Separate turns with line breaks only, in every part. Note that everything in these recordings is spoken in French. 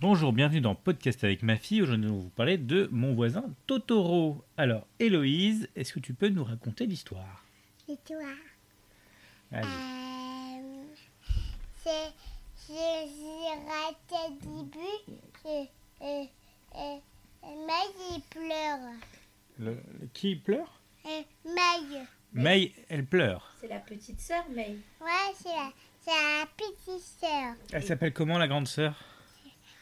Bonjour, bienvenue dans Podcast avec ma fille. Aujourd'hui, nous allons vous parler de mon voisin Totoro. Alors, Héloïse, est-ce que tu peux nous raconter l'histoire
Et toi
Vas-y.
Euh, C'est j'ai j'ai raté le début et, et, et, et Maï euh, il pleure. Euh,
Le- Qui pleure
Et Maï,
May, elle pleure.
C'est la petite sœur, mais
ouais c'est la, c'est la petite sœur.
Elle s'appelle comment la grande sœur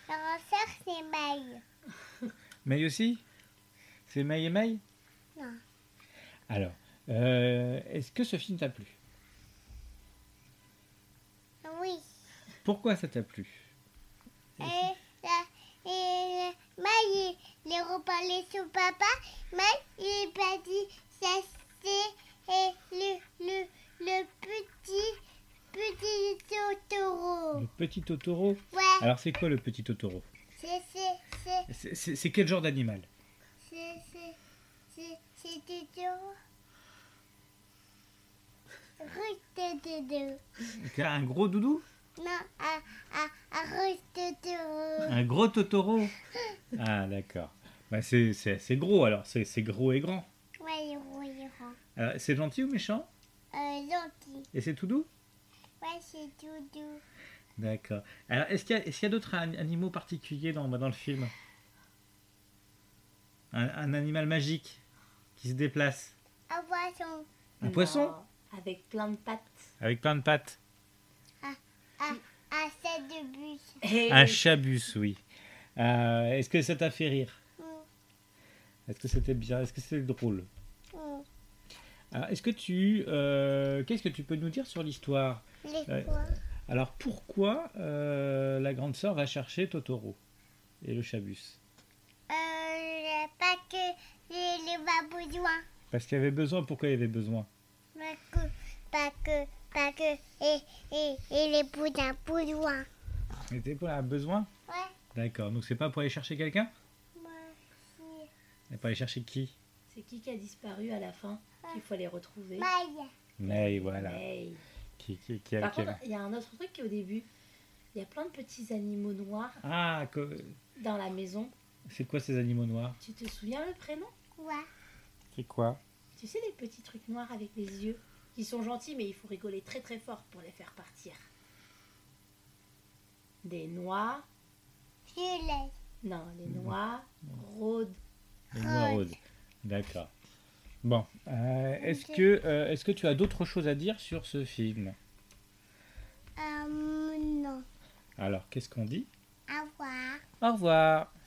La sœur c'est Maï.
May aussi C'est May et May
Non.
Alors, euh, est-ce que ce film t'a plu
Oui.
Pourquoi ça t'a plu
Et, la, et Maï il est reparlé son papa. Maï il est parti chasser et le, le, le petit petit taureau.
Le petit Totoro
Ouais.
Alors, c'est quoi le petit Totoro
C'est c'est c'est
C'est- C'est c'est quel genre d'animal
c'est c'est c'est c'est du dos. Reste de dos.
C'est Un gros doudou
Non, à à à reste de dos.
Un gros Totoro Ah, d'accord. Bah, c'est c'est assez gros alors, c'est c'est gros et grand.
Ouais, ouais, ouais.
Alors, C'est gentil ou méchant
Euh, gentil.
Et c'est tout doux
Ouais, c'est tout doux.
D'accord. Alors, est-ce qu'il y a, est-ce qu'il y a d'autres an- animaux particuliers dans, dans le film un, un animal magique qui se déplace
Un poisson.
Un poisson
Avec plein de pattes.
Avec plein de pattes
Un set de bus.
Et
Un chabus, oui. Euh, est-ce que ça t'a fait rire
Mm,
Est-ce que c'était bien Est-ce que c'était drôle
mm.
Alors, Est-ce que tu... euh, Qu'est-ce que tu peux nous dire sur l'histoire
Les
Ouais.
pois.
Alors pourquoi euh, la grande sœur va chercher Totoro et le chabus
Euh, pas que les les babouins.
Parce qu'il y avait besoin, pourquoi il y avait besoin
Parce que pas que pas que et et et les boudins boudins.
C'était pour un besoin
Ouais.
D'accord, donc c'est pas pour aller chercher quelqu'un
Moi aussi.
Mais pour aller chercher qui
C'est qui qui a disparu à la fin Qu'il faut les retrouver.
Maï.
May, voilà.
Hey.
Qui, qui, qui a-
Par
qui a-
contre, il y a un autre truc qui au début. Il y a plein de petits animaux noirs
Ah, que-
dans la maison.
c'est quoi ces animaux noirs
Tu te souviens le prénom
Ouais.
C'est quoi
Tu sais les petits trucs noirs avec les yeux qui sont gentils, mais il faut rigoler très très fort pour les faire partir. Des noirs,
Je l'ai.
non, les noirs, rôdes.
Les
Ah,
noirs
Rose.
roses. D'accord. Bon, euh, est-ce que, euh, est-ce que tu as d'autres choses à dire sur ce film
Euh, non.
Alors, qu'est-ce qu'on dit
Au revoir.
Au revoir